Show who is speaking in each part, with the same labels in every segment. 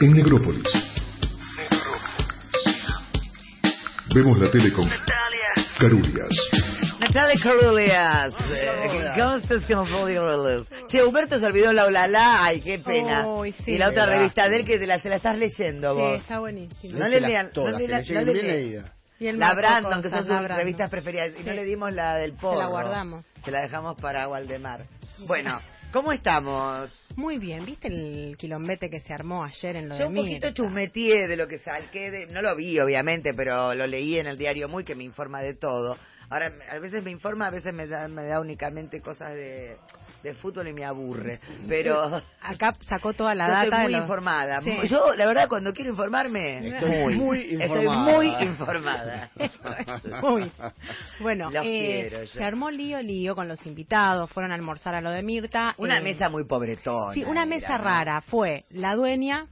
Speaker 1: en Necrópolis. Vemos la tele con
Speaker 2: Natalia.
Speaker 1: Carurias.
Speaker 2: Natalia Carulias. Eh, ¿Cómo estás, Carulias? Che, Humberto se olvidó la olala. Ay, qué pena.
Speaker 3: Ay, sí.
Speaker 2: y la otra
Speaker 4: Qué
Speaker 2: revista de él que te la, se la estás leyendo
Speaker 3: Sí,
Speaker 2: vos.
Speaker 3: está buenísimo.
Speaker 2: No le
Speaker 4: Léeselas
Speaker 2: lean- no
Speaker 4: todas,
Speaker 2: le
Speaker 4: que
Speaker 2: la-
Speaker 4: le lleguen
Speaker 2: no le
Speaker 4: bien
Speaker 2: le-
Speaker 4: leídas.
Speaker 3: Y el
Speaker 2: La
Speaker 3: Marco
Speaker 2: Brandon,
Speaker 3: Cosas,
Speaker 2: que son
Speaker 3: la
Speaker 2: sus
Speaker 3: Brandon.
Speaker 2: revistas preferidas. Y no
Speaker 3: Sí.
Speaker 2: le dimos la del porro.
Speaker 3: guardamos.
Speaker 2: Se la dejamos para Waldemar. Bueno, ¿cómo estamos?
Speaker 3: Muy bien, ¿viste el quilombete que se armó ayer en lo
Speaker 2: Yo
Speaker 3: de
Speaker 2: un poquito
Speaker 3: Mirta?
Speaker 2: chusmeteé de lo que salqué, de- no lo vi obviamente, pero lo leí en el diario Muy que me informa de todo. Ahora, me- a veces me informa, a veces me da, me da únicamente cosas de, de fútbol y me aburre. Pero
Speaker 3: Acá sacó toda la
Speaker 2: yo
Speaker 3: data.
Speaker 2: estoy
Speaker 3: de
Speaker 2: muy
Speaker 3: lo-
Speaker 2: informada.
Speaker 3: Sí.
Speaker 2: Yo, la verdad, cuando quiero informarme,
Speaker 4: Estoy muy
Speaker 2: estoy
Speaker 4: informada.
Speaker 2: muy informada.
Speaker 3: Muy. Bueno,
Speaker 2: Los
Speaker 3: eh,
Speaker 2: quiero ya.
Speaker 3: se armó lío, lío con los invitados, fueron a almorzar a lo de Mirta.
Speaker 2: Una
Speaker 3: eh,
Speaker 2: mesa muy pobretona.
Speaker 3: Sí, una
Speaker 2: era,
Speaker 3: mesa
Speaker 2: ¿no?
Speaker 3: rara. Fue la dueña,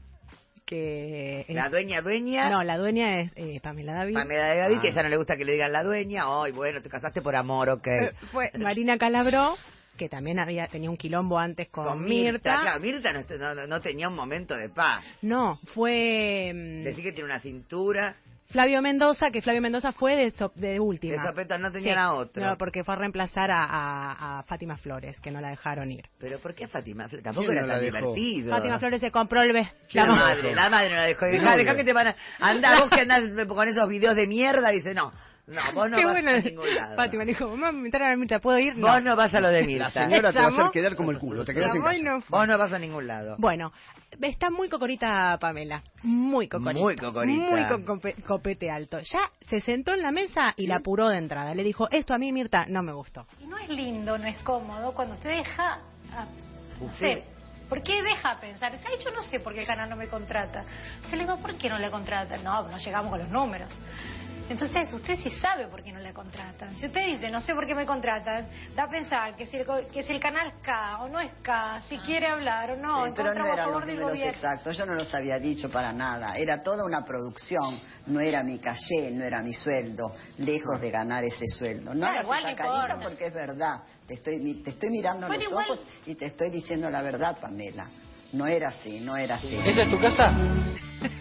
Speaker 3: que... es-
Speaker 2: La dueña, dueña.
Speaker 3: No, la dueña es eh, Pamela David.
Speaker 2: Pamela de David,
Speaker 4: Ah.
Speaker 2: que ella no le gusta que le digan la dueña. Ay, bueno, te casaste por amor, ok.
Speaker 3: Eh, Fue Marina Calabró, que también había tenía un quilombo antes con, Mirta.
Speaker 2: Claro, Mirta no, est- no- no- no tenía un momento de paz.
Speaker 3: No, fue mm,
Speaker 2: Decir que tiene una cintura.
Speaker 3: Flavio Mendoza, que Flavio Mendoza fue de, so- de última.
Speaker 2: De Sopeta no tenían a otro.
Speaker 3: No, porque fue a reemplazar a, a- a Fátima Flores, que no la dejaron ir.
Speaker 2: Pero ¿por qué Fátima Flores? Tampoco
Speaker 4: ¿Quién
Speaker 2: era
Speaker 4: no la
Speaker 2: tan
Speaker 4: dejó?
Speaker 2: divertido.
Speaker 3: Fátima Flores se compró el vestido.
Speaker 2: La
Speaker 4: ¿Quién no la
Speaker 2: madre,
Speaker 4: dejó?
Speaker 2: la madre no la dejó.
Speaker 4: El
Speaker 2: Dejá,
Speaker 4: novio.
Speaker 2: dejá que te van a... Andá, vos que andás con esos videos de mierda, dice, no, no, vos no
Speaker 3: Qué
Speaker 2: vas
Speaker 3: bueno.
Speaker 2: a ningún lado.
Speaker 3: Fátima le dijo, mamá, me invitaron a Mirta, ¿puedo ir? No.
Speaker 2: Vos no vas a lo de Mirta.
Speaker 4: La señora te va a hacer
Speaker 3: Llamó.
Speaker 4: quedar como el culo. Te quedas en
Speaker 3: Llamó y
Speaker 4: casa.
Speaker 3: no fue.
Speaker 2: Vos no vas a ningún lado.
Speaker 3: Bueno, está muy cocorita Pamela, muy cocorita.
Speaker 2: Muy cocorita.
Speaker 3: Muy con cope- copete alto. Ya se sentó en la mesa y la apuró de entrada. Le dijo, esto a mí, Mirta, no me gustó.
Speaker 5: Y no es lindo, no es cómodo cuando usted deja a-
Speaker 2: Sí.
Speaker 5: ser. ¿Por qué deja pensar? Dice, Ay, yo no sé por qué el canal no me contrata. Se le digo, ¿por qué no la contratan? No, no llegamos con los números. Entonces, usted sí sabe por qué no la contratan. Si usted dice, no sé por qué me contratan, da a pensar que si el, co- que si el canal es K o no es K, si quiere hablar o no,
Speaker 6: Ah. Sí,
Speaker 5: en
Speaker 6: pero
Speaker 5: contra
Speaker 6: no
Speaker 5: o a
Speaker 6: eran
Speaker 5: favor
Speaker 6: los
Speaker 5: del
Speaker 6: números
Speaker 5: gobierno.
Speaker 6: exactos, yo no los había dicho para nada, era toda una producción, no era mi caché, no era mi sueldo, lejos de ganar ese sueldo. No
Speaker 5: Claro,
Speaker 6: hagas
Speaker 5: Ah, igual
Speaker 6: esa
Speaker 5: no
Speaker 6: carita
Speaker 5: importa.
Speaker 6: porque es verdad, te estoy, mi- te estoy mirando a
Speaker 5: Bueno,
Speaker 6: los
Speaker 5: igual-
Speaker 6: ojos y te estoy diciendo la verdad, Pamela. No era así, no era así.
Speaker 4: ¿Esa es tu casa?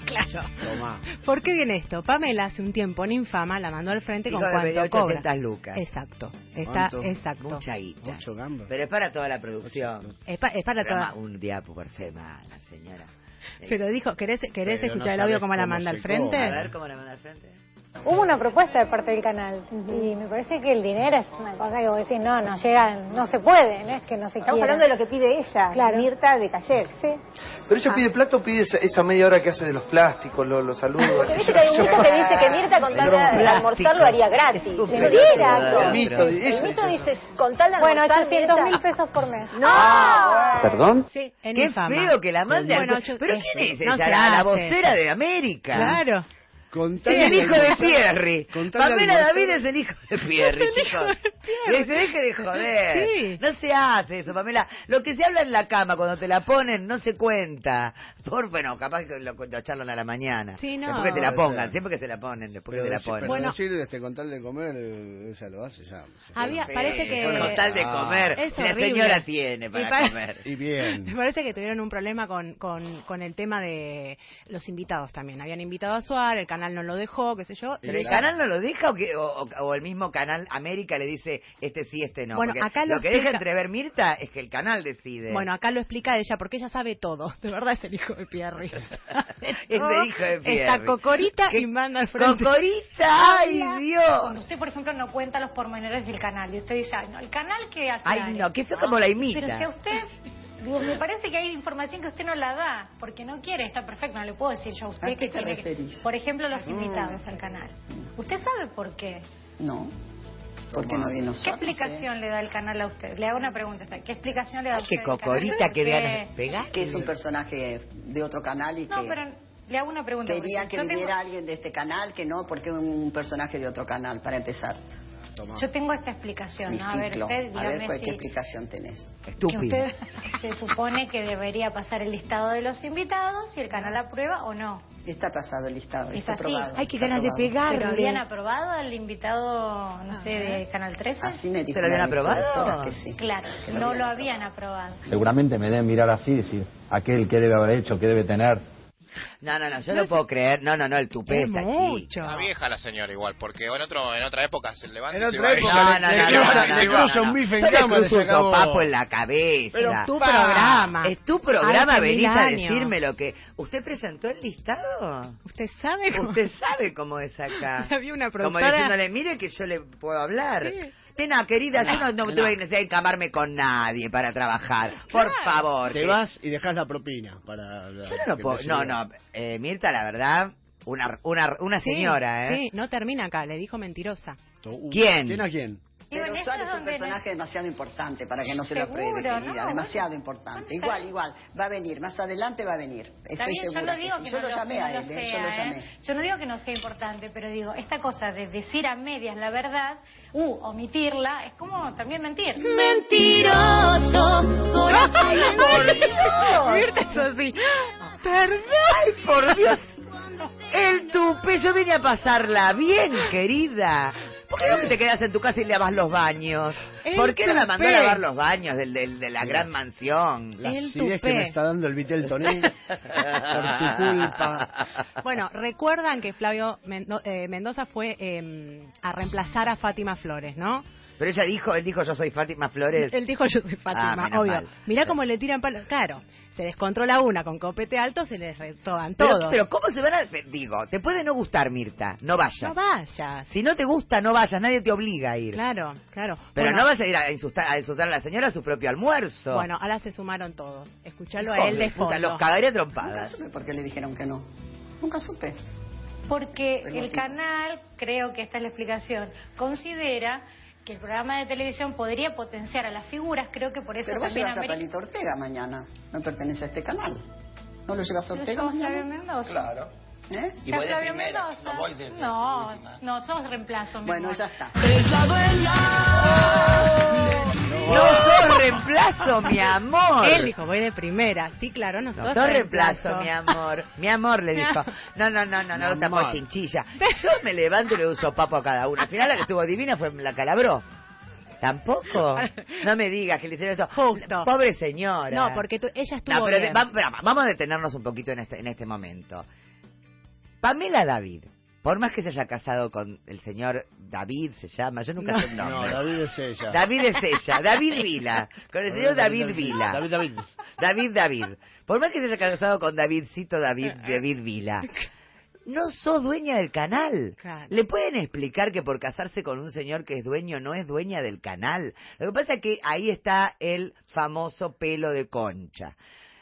Speaker 3: Claro.
Speaker 4: Tomá.
Speaker 3: ¿Por qué viene esto? Pamela hace un tiempo en Infama la mandó al frente
Speaker 2: Dijo
Speaker 3: con
Speaker 2: que pedía
Speaker 3: cuánto
Speaker 2: 800
Speaker 3: cobra.
Speaker 2: lucas.
Speaker 3: Exacto. Está,
Speaker 4: ¿Cuánto?
Speaker 3: exacto.
Speaker 2: Mucha guita.
Speaker 4: Mucho gamba.
Speaker 2: Pero es para toda la producción.
Speaker 3: Es, pa- es para
Speaker 2: Programa
Speaker 3: toda.
Speaker 2: Un eh. día por semana, señora.
Speaker 3: Pero dijo, ¿querés, querés
Speaker 4: Pero no
Speaker 3: escuchar el
Speaker 4: sabes
Speaker 3: audio como la
Speaker 4: cómo
Speaker 3: manda
Speaker 4: se
Speaker 3: al frente?
Speaker 4: cobra.
Speaker 2: A
Speaker 7: Eh.
Speaker 2: ver cómo la manda al frente.
Speaker 5: Hubo una propuesta de parte del canal y me parece que el dinero es una cosa que vos decís, no, no llega, no se puede, no es que no se
Speaker 7: Estamos hablando de lo que pide ella,
Speaker 5: Claro.
Speaker 7: Mirta de Cayer.
Speaker 5: Sí.
Speaker 8: Pero ella pide plata o pide esa, esa media hora que hace de los plásticos, lo- los saludos.
Speaker 7: Porque viste que hay un mito que dice que Mirta con tal de
Speaker 2: Plástico.
Speaker 7: almorzar lo haría gratis.
Speaker 2: Es
Speaker 7: Es
Speaker 2: un
Speaker 7: cierto.
Speaker 2: El mito
Speaker 7: El
Speaker 8: dice
Speaker 7: mito
Speaker 8: eso.
Speaker 7: dice, con tal de
Speaker 5: Bueno,
Speaker 7: almorzar
Speaker 5: 800 mil
Speaker 7: Mirta-
Speaker 5: pesos por mes.
Speaker 7: ¡No!
Speaker 5: Ah,
Speaker 8: ¿Perdón?
Speaker 3: Sí, en
Speaker 2: Qué
Speaker 3: Infama.
Speaker 2: feo que la mande al-
Speaker 3: Bueno, ocho-
Speaker 2: Pero
Speaker 3: eh,
Speaker 2: ¿quién es
Speaker 3: no
Speaker 2: ella?
Speaker 3: se
Speaker 2: la, la
Speaker 3: hace.
Speaker 2: vocera de América.
Speaker 3: Claro.
Speaker 4: Con
Speaker 2: Sí,
Speaker 4: tal
Speaker 2: el
Speaker 4: de
Speaker 2: hijo de
Speaker 4: almorzar-
Speaker 2: Pierri.
Speaker 4: con tal de
Speaker 2: Pamela
Speaker 4: almorzar-
Speaker 2: David es el hijo de Pierri, chicos. Que se deje de joder.
Speaker 3: Sí.
Speaker 2: No se hace eso, Pamela. Lo que se habla en la cama cuando te la ponen no se cuenta. Por, bueno, capaz que lo, lo charlan a la mañana.
Speaker 3: Sí, no.
Speaker 2: Después que te la pongan, siempre que se la ponen, después
Speaker 4: Pero
Speaker 2: que te la
Speaker 4: decir-
Speaker 2: ponen.
Speaker 4: pero
Speaker 3: Bueno.
Speaker 4: decir, este, con tal de comer, eh, ella lo hace ya. se fue.
Speaker 3: Había-
Speaker 2: Sí,
Speaker 3: parece que- eh,
Speaker 2: Con tal de comer.
Speaker 3: Es
Speaker 2: la
Speaker 3: horrible.
Speaker 2: señora tiene para,
Speaker 3: Ah. Y para-
Speaker 2: comer.
Speaker 4: Y
Speaker 3: Me
Speaker 4: bien.
Speaker 3: parece que tuvieron un problema con, con, con el tema de los invitados también. Habían invitado a Suar, el canal no lo dejó, qué sé yo. y
Speaker 2: ¿Pero el
Speaker 3: ella-
Speaker 2: canal no lo deja o, que, o, o- o el mismo canal América le dice este sí, este no?
Speaker 3: Bueno,
Speaker 2: Porque
Speaker 3: acá lo
Speaker 2: que deja
Speaker 3: explica-
Speaker 2: entrever Mirta es que el canal decide.
Speaker 3: Bueno, acá lo explica ella porque ella sabe todo. De verdad es el hijo de Pierri.
Speaker 2: es el hijo de Pierre.
Speaker 3: Está cocorita
Speaker 2: ¿Qué?
Speaker 3: y manda al frente.
Speaker 2: Cocorita, ay
Speaker 5: Habla Cuando
Speaker 2: Dios.
Speaker 5: usted, por ejemplo, no cuenta los pormenores del canal y usted dice, ay, no, el canal que hace.
Speaker 2: Ay, no, que fue como la imita.
Speaker 5: Pero si a usted, digo, me parece que hay información que usted no la da, porque no quiere, está perfecto, no le puedo decir yo a usted
Speaker 6: ¿A qué
Speaker 5: que
Speaker 6: te
Speaker 5: tiene que-
Speaker 6: referís? Mm.
Speaker 5: Por ejemplo, los invitados al canal. ¿Usted sabe por qué?
Speaker 6: No, porque no vino
Speaker 5: ¿Qué
Speaker 2: Ah,
Speaker 6: sola, no sé.
Speaker 5: explicación le da el canal a usted? Le hago una pregunta, o sea, ¿qué explicación le da
Speaker 2: Ay,
Speaker 5: usted
Speaker 2: qué
Speaker 5: al canal?
Speaker 2: cocorita, que
Speaker 5: Porque-
Speaker 2: ganas de pegar.
Speaker 6: Que es un personaje de otro canal y
Speaker 5: No,
Speaker 6: que...
Speaker 5: pero le hago una pregunta. porque
Speaker 6: Querían que
Speaker 5: yo tengo-
Speaker 6: viniera alguien de este canal, que no, porque un personaje de otro canal, para empezar.
Speaker 4: Tomá.
Speaker 5: Yo tengo esta explicación,
Speaker 6: Mi
Speaker 5: ¿no? A ver,
Speaker 6: ciclo.
Speaker 5: usted,
Speaker 6: A ver,
Speaker 5: dígame
Speaker 6: pues,
Speaker 5: si-
Speaker 6: ¿qué explicación tenés?
Speaker 5: que
Speaker 2: Estúpido.
Speaker 5: usted se supone que debería pasar el listado de los invitados y el canal aprueba o no.
Speaker 6: Está pasado el listado,
Speaker 5: Es
Speaker 6: está
Speaker 5: así.
Speaker 6: aprobado.
Speaker 5: Ay,
Speaker 2: qué
Speaker 6: está
Speaker 2: ganas de
Speaker 6: aprobado.
Speaker 2: pegar. Carle.
Speaker 5: ¿Pero habían aprobado al invitado, no sé, de Canal 13?
Speaker 6: Así me dijo
Speaker 2: ¿Se lo habían
Speaker 6: una de mis
Speaker 2: aprobado?
Speaker 6: productoras que sí.
Speaker 5: Claro,
Speaker 6: Ah, que
Speaker 5: no lo habían aprobado.
Speaker 9: Seguramente me deben mirar así, decir, aquel que debe haber hecho, que debe tener.
Speaker 2: No, no, no, yo no, puedo creer. No, no, no, el tupé
Speaker 3: Es
Speaker 2: está
Speaker 3: mucho.
Speaker 9: Está vieja la señora igual, porque en, otro, en otra época se levanta
Speaker 4: En
Speaker 9: y se
Speaker 4: otra
Speaker 9: va
Speaker 4: época
Speaker 2: No,
Speaker 9: ella.
Speaker 2: no,
Speaker 4: le,
Speaker 2: no,
Speaker 4: le
Speaker 2: no,
Speaker 4: cruza,
Speaker 2: no,
Speaker 4: le
Speaker 2: no,
Speaker 4: cruza
Speaker 2: no,
Speaker 4: un
Speaker 2: no.
Speaker 4: bife
Speaker 2: Yo
Speaker 4: en
Speaker 2: le
Speaker 4: cámara y
Speaker 2: cruzo
Speaker 4: se
Speaker 2: un
Speaker 4: acabó.
Speaker 2: sopapo en la cabeza.
Speaker 4: Pero
Speaker 3: Tu
Speaker 4: Pa.
Speaker 3: programa.
Speaker 2: Es tu
Speaker 3: Ahora
Speaker 2: programa,
Speaker 3: hace mil
Speaker 2: venís a
Speaker 3: años.
Speaker 2: decirme lo que... ¿Usted presentó el listado?
Speaker 3: ¿Usted sabe cómo?
Speaker 2: Usted sabe cómo es acá.
Speaker 3: Había una
Speaker 2: Como
Speaker 3: productora-
Speaker 2: diciéndole, mire que yo le puedo hablar.
Speaker 3: Sí.
Speaker 2: Nena, querida, yo no, no
Speaker 4: no.
Speaker 2: tuve necesidad de encamarme con nadie para trabajar. Por
Speaker 3: Claro.
Speaker 2: favor.
Speaker 4: Te
Speaker 2: que-
Speaker 4: vas y dejas la propina para...
Speaker 2: Yo no lo puedo... No, no. eh, Mirta, la verdad, una, una, una
Speaker 3: Sí,
Speaker 2: señora, ¿eh?
Speaker 3: Sí, no termina acá, le dijo mentirosa.
Speaker 4: Uh,
Speaker 2: ¿Quién?
Speaker 4: ¿Quién a quién?
Speaker 5: Digo,
Speaker 6: Pero
Speaker 5: en
Speaker 6: Suárez
Speaker 5: eso
Speaker 6: es un
Speaker 5: donde
Speaker 6: personaje demasiado importante para que no se lo
Speaker 5: Seguro,
Speaker 6: apruebe, querida.
Speaker 5: no,
Speaker 6: demasiado
Speaker 5: bueno.
Speaker 6: importante.
Speaker 5: Bueno,
Speaker 6: Igual,
Speaker 5: está
Speaker 6: igual. Va a venir, más adelante va a venir.
Speaker 5: Está
Speaker 6: Estoy
Speaker 5: bien, yo
Speaker 6: segura.
Speaker 5: no digo
Speaker 6: sí.
Speaker 5: que
Speaker 6: yo
Speaker 5: no
Speaker 6: lo llamé a él,
Speaker 5: sea,
Speaker 6: ¿eh? yo lo
Speaker 5: ¿eh?
Speaker 6: llamé.
Speaker 5: Yo no digo que no sea importante, pero digo, esta cosa de decir a medias la verdad, u omitirla, es como también mentir.
Speaker 7: Mentiroso, corazón
Speaker 3: Mirta es así.
Speaker 2: Perdón, ay, por Dios. El tupé, yo vine a pasarla bien, querida. ¿Por qué no te quedas en tu casa y lavas los baños?
Speaker 3: El
Speaker 2: ¿Por qué no la mandó a
Speaker 3: tupé.
Speaker 2: lavar los baños del, del- de la gran mansión?
Speaker 4: Las
Speaker 3: El
Speaker 4: ideas que
Speaker 3: tupé.
Speaker 4: me está dando el Vitel Toné por tu culpa.
Speaker 3: Bueno, recuerdan que Flavio Mendo- eh, Mendoza fue eh, a reemplazar a Fátima Flores, ¿no?
Speaker 2: Pero ella dijo, él dijo, yo soy Fátima Flores.
Speaker 3: Él dijo yo soy
Speaker 2: Ah,
Speaker 3: Fátima,
Speaker 2: menos
Speaker 3: obvio.
Speaker 2: mal.
Speaker 3: Mirá cómo le tiran palos. Claro, se descontrola una con copete alto, se les retoban
Speaker 2: Pero,
Speaker 3: todos.
Speaker 2: pero ¿cómo se van a...? Digo, te puede no gustar, Mirta, no vayas.
Speaker 3: no vayas.
Speaker 2: Si no te gusta, no vayas, nadie te obliga a ir.
Speaker 3: Claro, claro.
Speaker 2: Pero
Speaker 3: Bueno,
Speaker 2: no vas a ir a insultar, a insultar a la señora a su propio almuerzo.
Speaker 3: Bueno, ahora se sumaron todos. Escuchalo
Speaker 2: Hijo
Speaker 3: a él de
Speaker 2: puta,
Speaker 3: fondo.
Speaker 2: Los cagaré a
Speaker 6: Nunca
Speaker 2: trompadas.
Speaker 6: supe por qué le dijeron que no. Nunca supe.
Speaker 5: Porque
Speaker 6: El
Speaker 5: el
Speaker 6: motivo.
Speaker 5: canal, creo que esta es la explicación, considera que el programa de televisión podría potenciar a las figuras, creo que por eso
Speaker 6: Pero vos
Speaker 5: también
Speaker 6: llevas a
Speaker 5: América...
Speaker 6: Palito Ortega mañana. No pertenece a este canal. ¿No lo llevas a
Speaker 5: Lo
Speaker 6: Ortega
Speaker 5: llevo a Flavio
Speaker 6: mañana?
Speaker 5: Mendoza.
Speaker 9: Claro.
Speaker 6: ¿Eh?
Speaker 9: Y voy de
Speaker 5: Flavio
Speaker 9: primera,
Speaker 5: Mendoza.
Speaker 9: no voy de- de
Speaker 5: no,
Speaker 9: última.
Speaker 5: no, somos reemplazo. mi
Speaker 6: Bueno,
Speaker 5: amor.
Speaker 6: ya está.
Speaker 5: Oh.
Speaker 2: No sos reemplazo, mi amor.
Speaker 3: Él dijo, voy de primera. Sí, claro, no,
Speaker 2: No
Speaker 3: sos
Speaker 2: sos reemplazo, mi amor. Mi amor, le dijo. No, no, no, no, no,
Speaker 4: Mi
Speaker 2: tampoco
Speaker 4: amor.
Speaker 2: chinchilla. Yo me levanto y le uso papo a cada uno. Al final la que estuvo divina fue la calabró. ¿Tampoco? No me digas que le hicieron eso.
Speaker 3: Justo.
Speaker 2: Pobre señora.
Speaker 3: No, porque tú- ella estuvo
Speaker 2: No, pero de-
Speaker 3: bien.
Speaker 2: va- pero vamos a detenernos un poquito en este, en este momento. Pamela David, por más que se haya casado con el señor David, se llama, yo nunca sé el
Speaker 4: No,
Speaker 2: nombre.
Speaker 4: David es ella.
Speaker 2: David es ella, David Vila, con el señor David Vila.
Speaker 4: David, David.
Speaker 2: David, David. Por más que se haya casado con Davidcito,
Speaker 3: Eh,
Speaker 2: David, David Vila. No sos dueña del canal.
Speaker 3: Claro.
Speaker 2: ¿Le pueden explicar que por casarse con un señor que es dueño no es dueña del canal? Lo que pasa es que ahí está el famoso pelo de concha.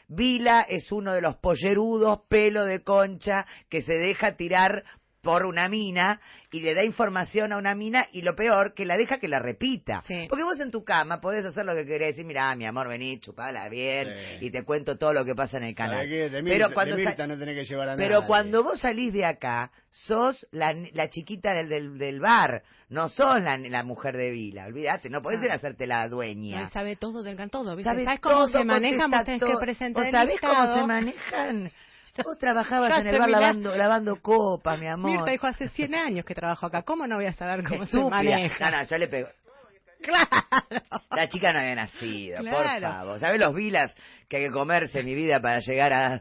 Speaker 2: Vila es uno de los pollerudos pelo de concha que se deja tirar por una mina y le da información a una mina y lo peor, que la deja que la repita.
Speaker 3: Sí.
Speaker 2: Porque vos en tu cama podés hacer lo que querés y mirá, mi amor, vení, chupala bien
Speaker 4: Sí.
Speaker 2: y te cuento todo lo que pasa en el canal.
Speaker 4: ¿Sabe qué? De Mirta,
Speaker 2: Pero cuando
Speaker 4: de
Speaker 2: sa-
Speaker 4: Mirta no tenés que llevar a nadie.
Speaker 2: pero cuando vos salís de acá, sos la, la chiquita del, del, del bar, no sos la, la mujer de Vila, olvídate, no podés ir a hacerte la
Speaker 3: Ah. No,
Speaker 2: dueña.
Speaker 3: él sabe todo del gran todo. ¿viste?
Speaker 2: Sabes
Speaker 3: ¿Sabes, cómo
Speaker 2: todo,
Speaker 3: se manejan? Vos
Speaker 2: contestás
Speaker 3: tenés que
Speaker 2: todo.
Speaker 3: presentar
Speaker 2: ¿Vos
Speaker 3: el
Speaker 2: sabés cómo
Speaker 3: listado.
Speaker 2: se manejan? Vos trabajabas
Speaker 3: Ya
Speaker 2: en el bar
Speaker 3: terminaste.
Speaker 2: lavando, lavando copas, mi amor.
Speaker 3: Mirta dijo, hace 100 años que trabajo acá. ¿Cómo no voy a saber cómo se
Speaker 2: Estúpida.
Speaker 3: maneja?
Speaker 2: No, no, yo le pego.
Speaker 3: Claro.
Speaker 2: La chica no había nacido, por
Speaker 3: Claro.
Speaker 2: favor. ¿Sabés los vilas que hay que comerse, mi vida, para llegar a,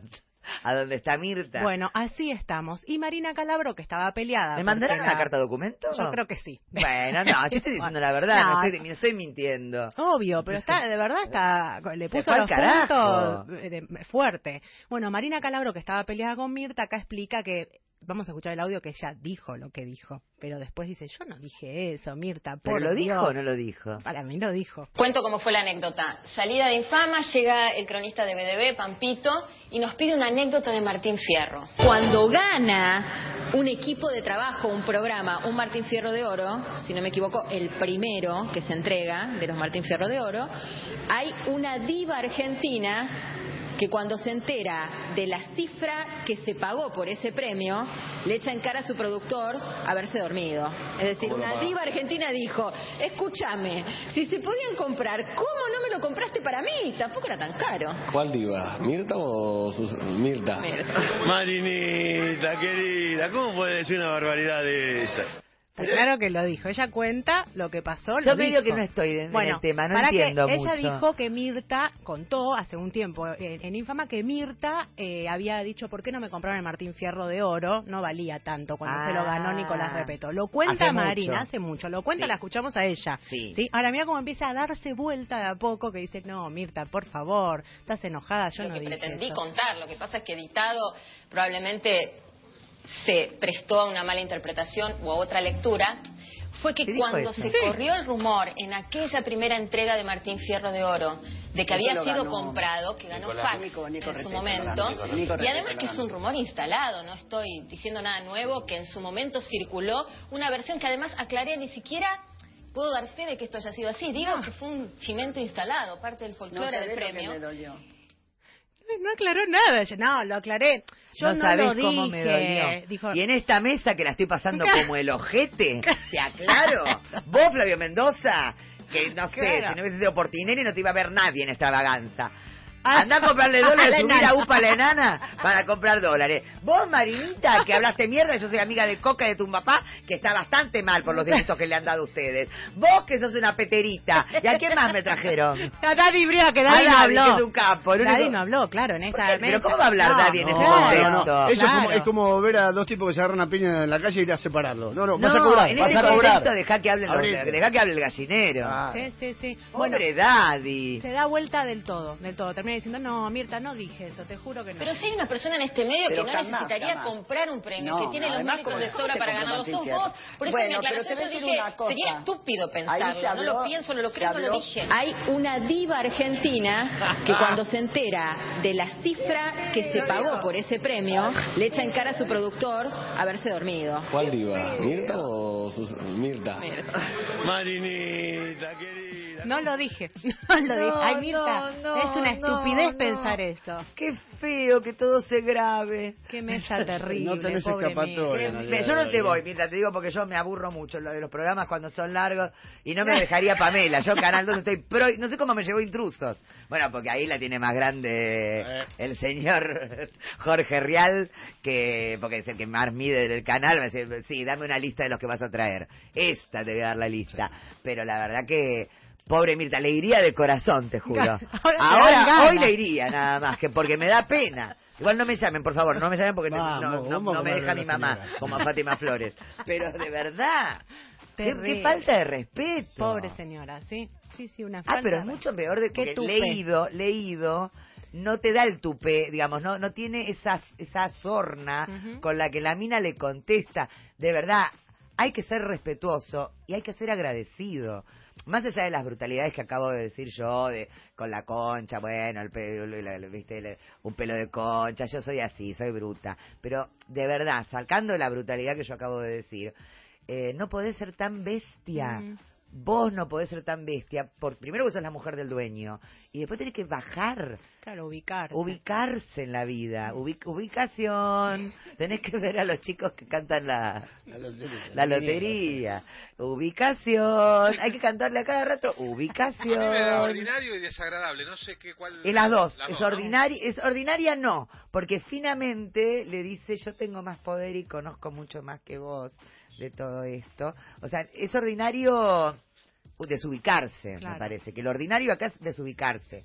Speaker 2: a donde está Mirta?
Speaker 3: Bueno, así estamos. Y Marina Calabro, que estaba peleada.
Speaker 2: ¿Me
Speaker 3: porque
Speaker 2: mandarán
Speaker 3: la-
Speaker 2: una carta documento?
Speaker 3: Yo creo que sí.
Speaker 2: Bueno, no, yo estoy diciendo la verdad,
Speaker 3: No,
Speaker 2: no estoy, me estoy mintiendo.
Speaker 3: Obvio, pero está, de verdad está, le
Speaker 2: Se
Speaker 3: puso
Speaker 2: fue al
Speaker 3: los
Speaker 2: carajo.
Speaker 3: puntos eh, de- fuerte. Bueno, Marina Calabro, que estaba peleada con Mirta, acá explica que, vamos a escuchar el audio que ella dijo lo que dijo, pero después dice, yo no dije eso, Mirta,
Speaker 2: ¿Pero
Speaker 3: por
Speaker 2: lo dijo
Speaker 3: Dios".
Speaker 2: o no lo dijo?
Speaker 3: Para mí lo dijo.
Speaker 10: Cuento cómo fue la anécdota. Salida de Infama, llega el cronista de BDB, Pampito, y nos pide una anécdota de Martín Fierro. Cuando gana un equipo de trabajo, un programa, un Martín Fierro de Oro, si no me equivoco, el primero que se entrega de los Martín Fierro de Oro, hay una diva argentina que cuando se entera de la cifra que se pagó por ese premio, le echa en cara a su productor haberse dormido. Es decir, una diva argentina dijo, escúchame, si se podían comprar, ¿cómo no me lo compraste para mí? Tampoco era tan caro.
Speaker 11: ¿Cuál diva? ¿Mirta o Sus- Mirta?
Speaker 10: Mirta.
Speaker 11: Marinita, querida, ¿cómo puede decir una barbaridad de esa?
Speaker 3: Está claro que lo dijo. Ella cuenta lo que pasó.
Speaker 2: Yo
Speaker 3: lo
Speaker 2: medio
Speaker 3: dijo.
Speaker 2: que no estoy en- en
Speaker 3: bueno,
Speaker 2: el tema, no
Speaker 3: para
Speaker 2: entiendo
Speaker 3: que Ella
Speaker 2: mucho.
Speaker 3: dijo que Mirta contó hace un tiempo eh, en Infama que Mirta eh, había dicho por qué no me compraron el Martín Fierro de Oro, no valía tanto cuando se lo ganó
Speaker 2: Ah.
Speaker 3: Nicolás Repeto. Lo
Speaker 2: Hace
Speaker 3: cuenta
Speaker 2: mucho.
Speaker 3: Marina hace mucho, lo cuenta, la escuchamos a ella.
Speaker 2: Sí.
Speaker 3: ¿sí? Ahora mira cómo empieza a darse vuelta de a poco que dice, no, Mirta, por favor, estás enojada, yo
Speaker 10: lo
Speaker 3: no
Speaker 10: que
Speaker 3: dije
Speaker 10: pretendí
Speaker 3: eso".
Speaker 10: contar. Lo que pasa es que editado probablemente se prestó a una mala interpretación o a otra lectura. Fue que
Speaker 5: dijo
Speaker 10: cuando
Speaker 5: eso?
Speaker 10: se
Speaker 5: Sí.
Speaker 10: corrió el rumor en aquella primera entrega de Martín Fierro de Oro de que
Speaker 6: Eso
Speaker 10: había
Speaker 6: lo
Speaker 10: sido
Speaker 6: ganó
Speaker 10: comprado, que ganó
Speaker 6: Nicolás.
Speaker 10: fax
Speaker 6: Nico- Nico
Speaker 10: en
Speaker 6: Repeto
Speaker 10: su
Speaker 6: lo
Speaker 10: momento,
Speaker 6: ganó, Nico Repeto
Speaker 10: y
Speaker 6: lo
Speaker 10: además que
Speaker 6: ganó.
Speaker 10: es un rumor instalado, no estoy diciendo nada nuevo, que en su momento circuló una versión que además aclaré ni siquiera puedo dar fe de que esto haya sido así. Digo que fue un chimento instalado, parte del folclore
Speaker 6: sabés
Speaker 10: del
Speaker 6: lo que
Speaker 10: premio.
Speaker 6: me dolió.
Speaker 3: No aclaró nada. Yo, no, lo aclaré. Yo no,
Speaker 2: sabés
Speaker 3: lo dije.
Speaker 2: cómo me dolió.
Speaker 3: Dijo,
Speaker 2: Y en esta mesa que la estoy pasando como el ojete, te aclaro. Vos, Flavio Mendoza, que no sé,
Speaker 3: Claro.
Speaker 2: si no hubiese sido por Tinelli no te iba a ver nadie en esta vaganza. Andá Ah. a comprarle dólares,
Speaker 3: A la
Speaker 2: subir a
Speaker 3: enana.
Speaker 2: UPA a la enana para comprar dólares. Vos, Marinita, que hablaste mierda, yo soy amiga de Coca y de tu papá, que está bastante mal por los delitos que le han dado ustedes. Vos, que sos una peterita. ¿Y a quién más me trajeron?
Speaker 3: A Daddy Brea, que Daddy
Speaker 2: A
Speaker 3: no
Speaker 2: Daddy,
Speaker 3: habló.
Speaker 2: que es un campo, el
Speaker 3: Daddy
Speaker 2: único-
Speaker 3: no habló, claro, en esta
Speaker 2: qué? Pero
Speaker 3: mesa.
Speaker 2: ¿cómo va a hablar
Speaker 3: No,
Speaker 2: Daddy en
Speaker 3: no,
Speaker 2: este
Speaker 3: claro.
Speaker 2: momento?
Speaker 4: No, no, Eso es como-
Speaker 3: Claro.
Speaker 4: es como ver a dos tipos que se agarran a piña en la calle y ir a separarlos. No, no,
Speaker 2: No,
Speaker 4: vas a cobrar,
Speaker 2: en
Speaker 4: vas
Speaker 2: ese
Speaker 4: a cobrar.
Speaker 2: contexto dejá que, hablen los-
Speaker 4: Abrite. Ah.
Speaker 2: dejá que hable el gallinero.
Speaker 3: Sí, sí, sí. Bueno,
Speaker 2: Pobre Daddy.
Speaker 3: se da vuelta del todo, del todo. Termina diciendo, no, Mirta, no dije eso, te juro que no.
Speaker 10: Pero si hay una persona en este medio
Speaker 3: Pero
Speaker 10: que no
Speaker 3: jamás,
Speaker 10: necesitaría
Speaker 3: jamás.
Speaker 10: comprar un premio,
Speaker 6: No,
Speaker 10: que tiene los
Speaker 6: además,
Speaker 10: méritos
Speaker 6: ¿cómo-
Speaker 10: de
Speaker 6: cómo
Speaker 10: sobra
Speaker 6: se
Speaker 10: para
Speaker 6: compra
Speaker 10: ganarlo,
Speaker 6: Martín
Speaker 10: sos
Speaker 6: Fierro?
Speaker 10: vos. Por eso
Speaker 6: Bueno,
Speaker 10: en mi
Speaker 6: pero te voy
Speaker 10: aclaración
Speaker 6: a
Speaker 10: yo
Speaker 6: decir
Speaker 10: dije,
Speaker 6: una cosa.
Speaker 10: sería estúpido
Speaker 6: Ahí se
Speaker 10: pensarlo, no lo
Speaker 6: habló,
Speaker 10: pienso, no lo
Speaker 6: se
Speaker 10: creo, no lo
Speaker 6: habló. Ah.
Speaker 10: dije.
Speaker 6: Hay
Speaker 10: una diva argentina que cuando se entera de la cifra que se pagó por ese premio, le echa en cara a su productor haberse dormido.
Speaker 11: ¿Cuál diva? ¿Mirta o sus... Mirta?
Speaker 8: Marinita, querida.
Speaker 3: No lo dije, no lo
Speaker 2: No,
Speaker 3: dije. Ay, Mirta,
Speaker 2: no, no,
Speaker 3: es una
Speaker 2: no,
Speaker 3: estupidez
Speaker 2: no.
Speaker 3: pensar eso.
Speaker 2: Qué feo que todo se grabe.
Speaker 3: Qué mesa terrible,
Speaker 4: No tenés
Speaker 3: pobre mía.
Speaker 4: escapatoria.
Speaker 2: Qué
Speaker 4: en
Speaker 2: feo.
Speaker 4: realidad,
Speaker 2: Yo no te
Speaker 4: Darío.
Speaker 2: voy, mira, te digo porque yo me aburro mucho lo de los programas cuando son largos y no me dejaría Pamela. Yo en Canal 2 estoy pro, no sé cómo me llevó intrusos. Bueno, porque ahí la tiene más grande el señor Jorge Rial, que porque es el que más mide del canal. Me dice, sí, dame una lista de los que vas a traer. Esta te voy a dar la lista. Pero la verdad que... Pobre Mirta, le iría de corazón, te juro.
Speaker 3: Ahora
Speaker 2: Ahora,
Speaker 3: te dan ganas.
Speaker 2: hoy le iría nada más, que porque me da pena. Igual no me llamen, por favor, no me llamen porque no-
Speaker 4: Vamos,
Speaker 2: no, no-
Speaker 4: vamos
Speaker 2: no me
Speaker 4: con
Speaker 2: deja
Speaker 4: la
Speaker 2: mi mamá,
Speaker 4: señora.
Speaker 2: como a Fátima Flores. Pero de verdad, qué,
Speaker 3: Terrible.
Speaker 2: qué falta de respeto.
Speaker 3: Pobre señora, sí. Sí, sí, una
Speaker 2: Ah,
Speaker 3: falta
Speaker 2: pero es
Speaker 3: de-
Speaker 2: mucho peor de
Speaker 3: Qué
Speaker 2: que
Speaker 3: tupé.
Speaker 2: leído, leído, no te da el tupé, digamos, no, no tiene esa, esa sorna
Speaker 3: Ujú.
Speaker 2: con la que la mina le contesta. De verdad, hay que ser respetuoso y hay que ser agradecido. Más allá de las brutalidades que acabo de decir yo, de con la concha, bueno, el pelo, la- la- viste, la- un pelo de concha, yo soy así, soy bruta. Pero de verdad, sacando la brutalidad que yo acabo de decir, eh, no podés ser tan bestia.
Speaker 3: Mm.
Speaker 2: Vos no podés ser tan bestia, por, primero vos sos la mujer del dueño, y después tenés que bajar,
Speaker 3: Claro, ubicar.
Speaker 2: ubicarse en la vida, ubic- ubicación, tenés que ver a los chicos que cantan la, la lotería, ubicación, hay que cantarle a cada rato,
Speaker 1: A mí me da
Speaker 2: ubicación.
Speaker 1: ordinario y desagradable, no sé qué cuál.
Speaker 2: Y las dos, es,
Speaker 1: ¿no?
Speaker 2: ordinaria, es ordinaria no, porque finamente le dice yo tengo más poder y conozco mucho más que vos de todo esto. O sea, es ordinario desubicarse,
Speaker 3: Claro.
Speaker 2: me parece, que lo ordinario acá es desubicarse.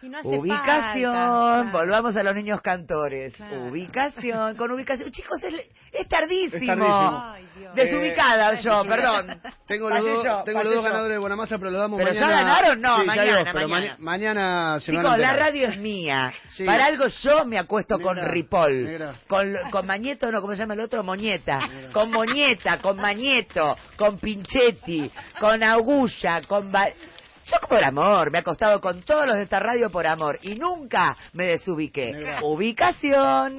Speaker 3: Y no hace
Speaker 2: Ubicación,
Speaker 3: falta.
Speaker 2: volvamos a los niños cantores.
Speaker 3: Claro.
Speaker 2: Ubicación, con ubicación. Chicos, es, es tardísimo.
Speaker 4: Es tardísimo.
Speaker 3: Ay, Dios.
Speaker 2: Desubicada
Speaker 4: Eh,
Speaker 2: yo,
Speaker 4: desubicada.
Speaker 2: perdón.
Speaker 4: Tengo los
Speaker 2: Fallé
Speaker 4: dos,
Speaker 2: yo,
Speaker 4: tengo los
Speaker 2: fallé
Speaker 4: dos
Speaker 2: yo.
Speaker 4: ganadores de Buenamasa, pero lo damos
Speaker 2: Pero ya
Speaker 4: mañana.
Speaker 2: ganaron, no,
Speaker 4: Sí, ya hay dos,
Speaker 2: mañana,
Speaker 4: pero
Speaker 2: mañana.
Speaker 4: maña- mañana se van a
Speaker 2: Chicos, la
Speaker 4: enterar.
Speaker 2: radio es mía.
Speaker 4: Sí.
Speaker 2: Para algo yo me acuesto con
Speaker 4: Negra,
Speaker 2: Ripoll,
Speaker 4: negra.
Speaker 2: con, con Mañeto, no, ¿cómo se llama el otro? Moñeta, con Moñeta, con Mañeto, con Pinchetti, con Agulla, con... Ba- Yo por amor, me he acostado con todos los de esta radio por amor y nunca me desubiqué.
Speaker 4: Negra.
Speaker 2: Ubicación.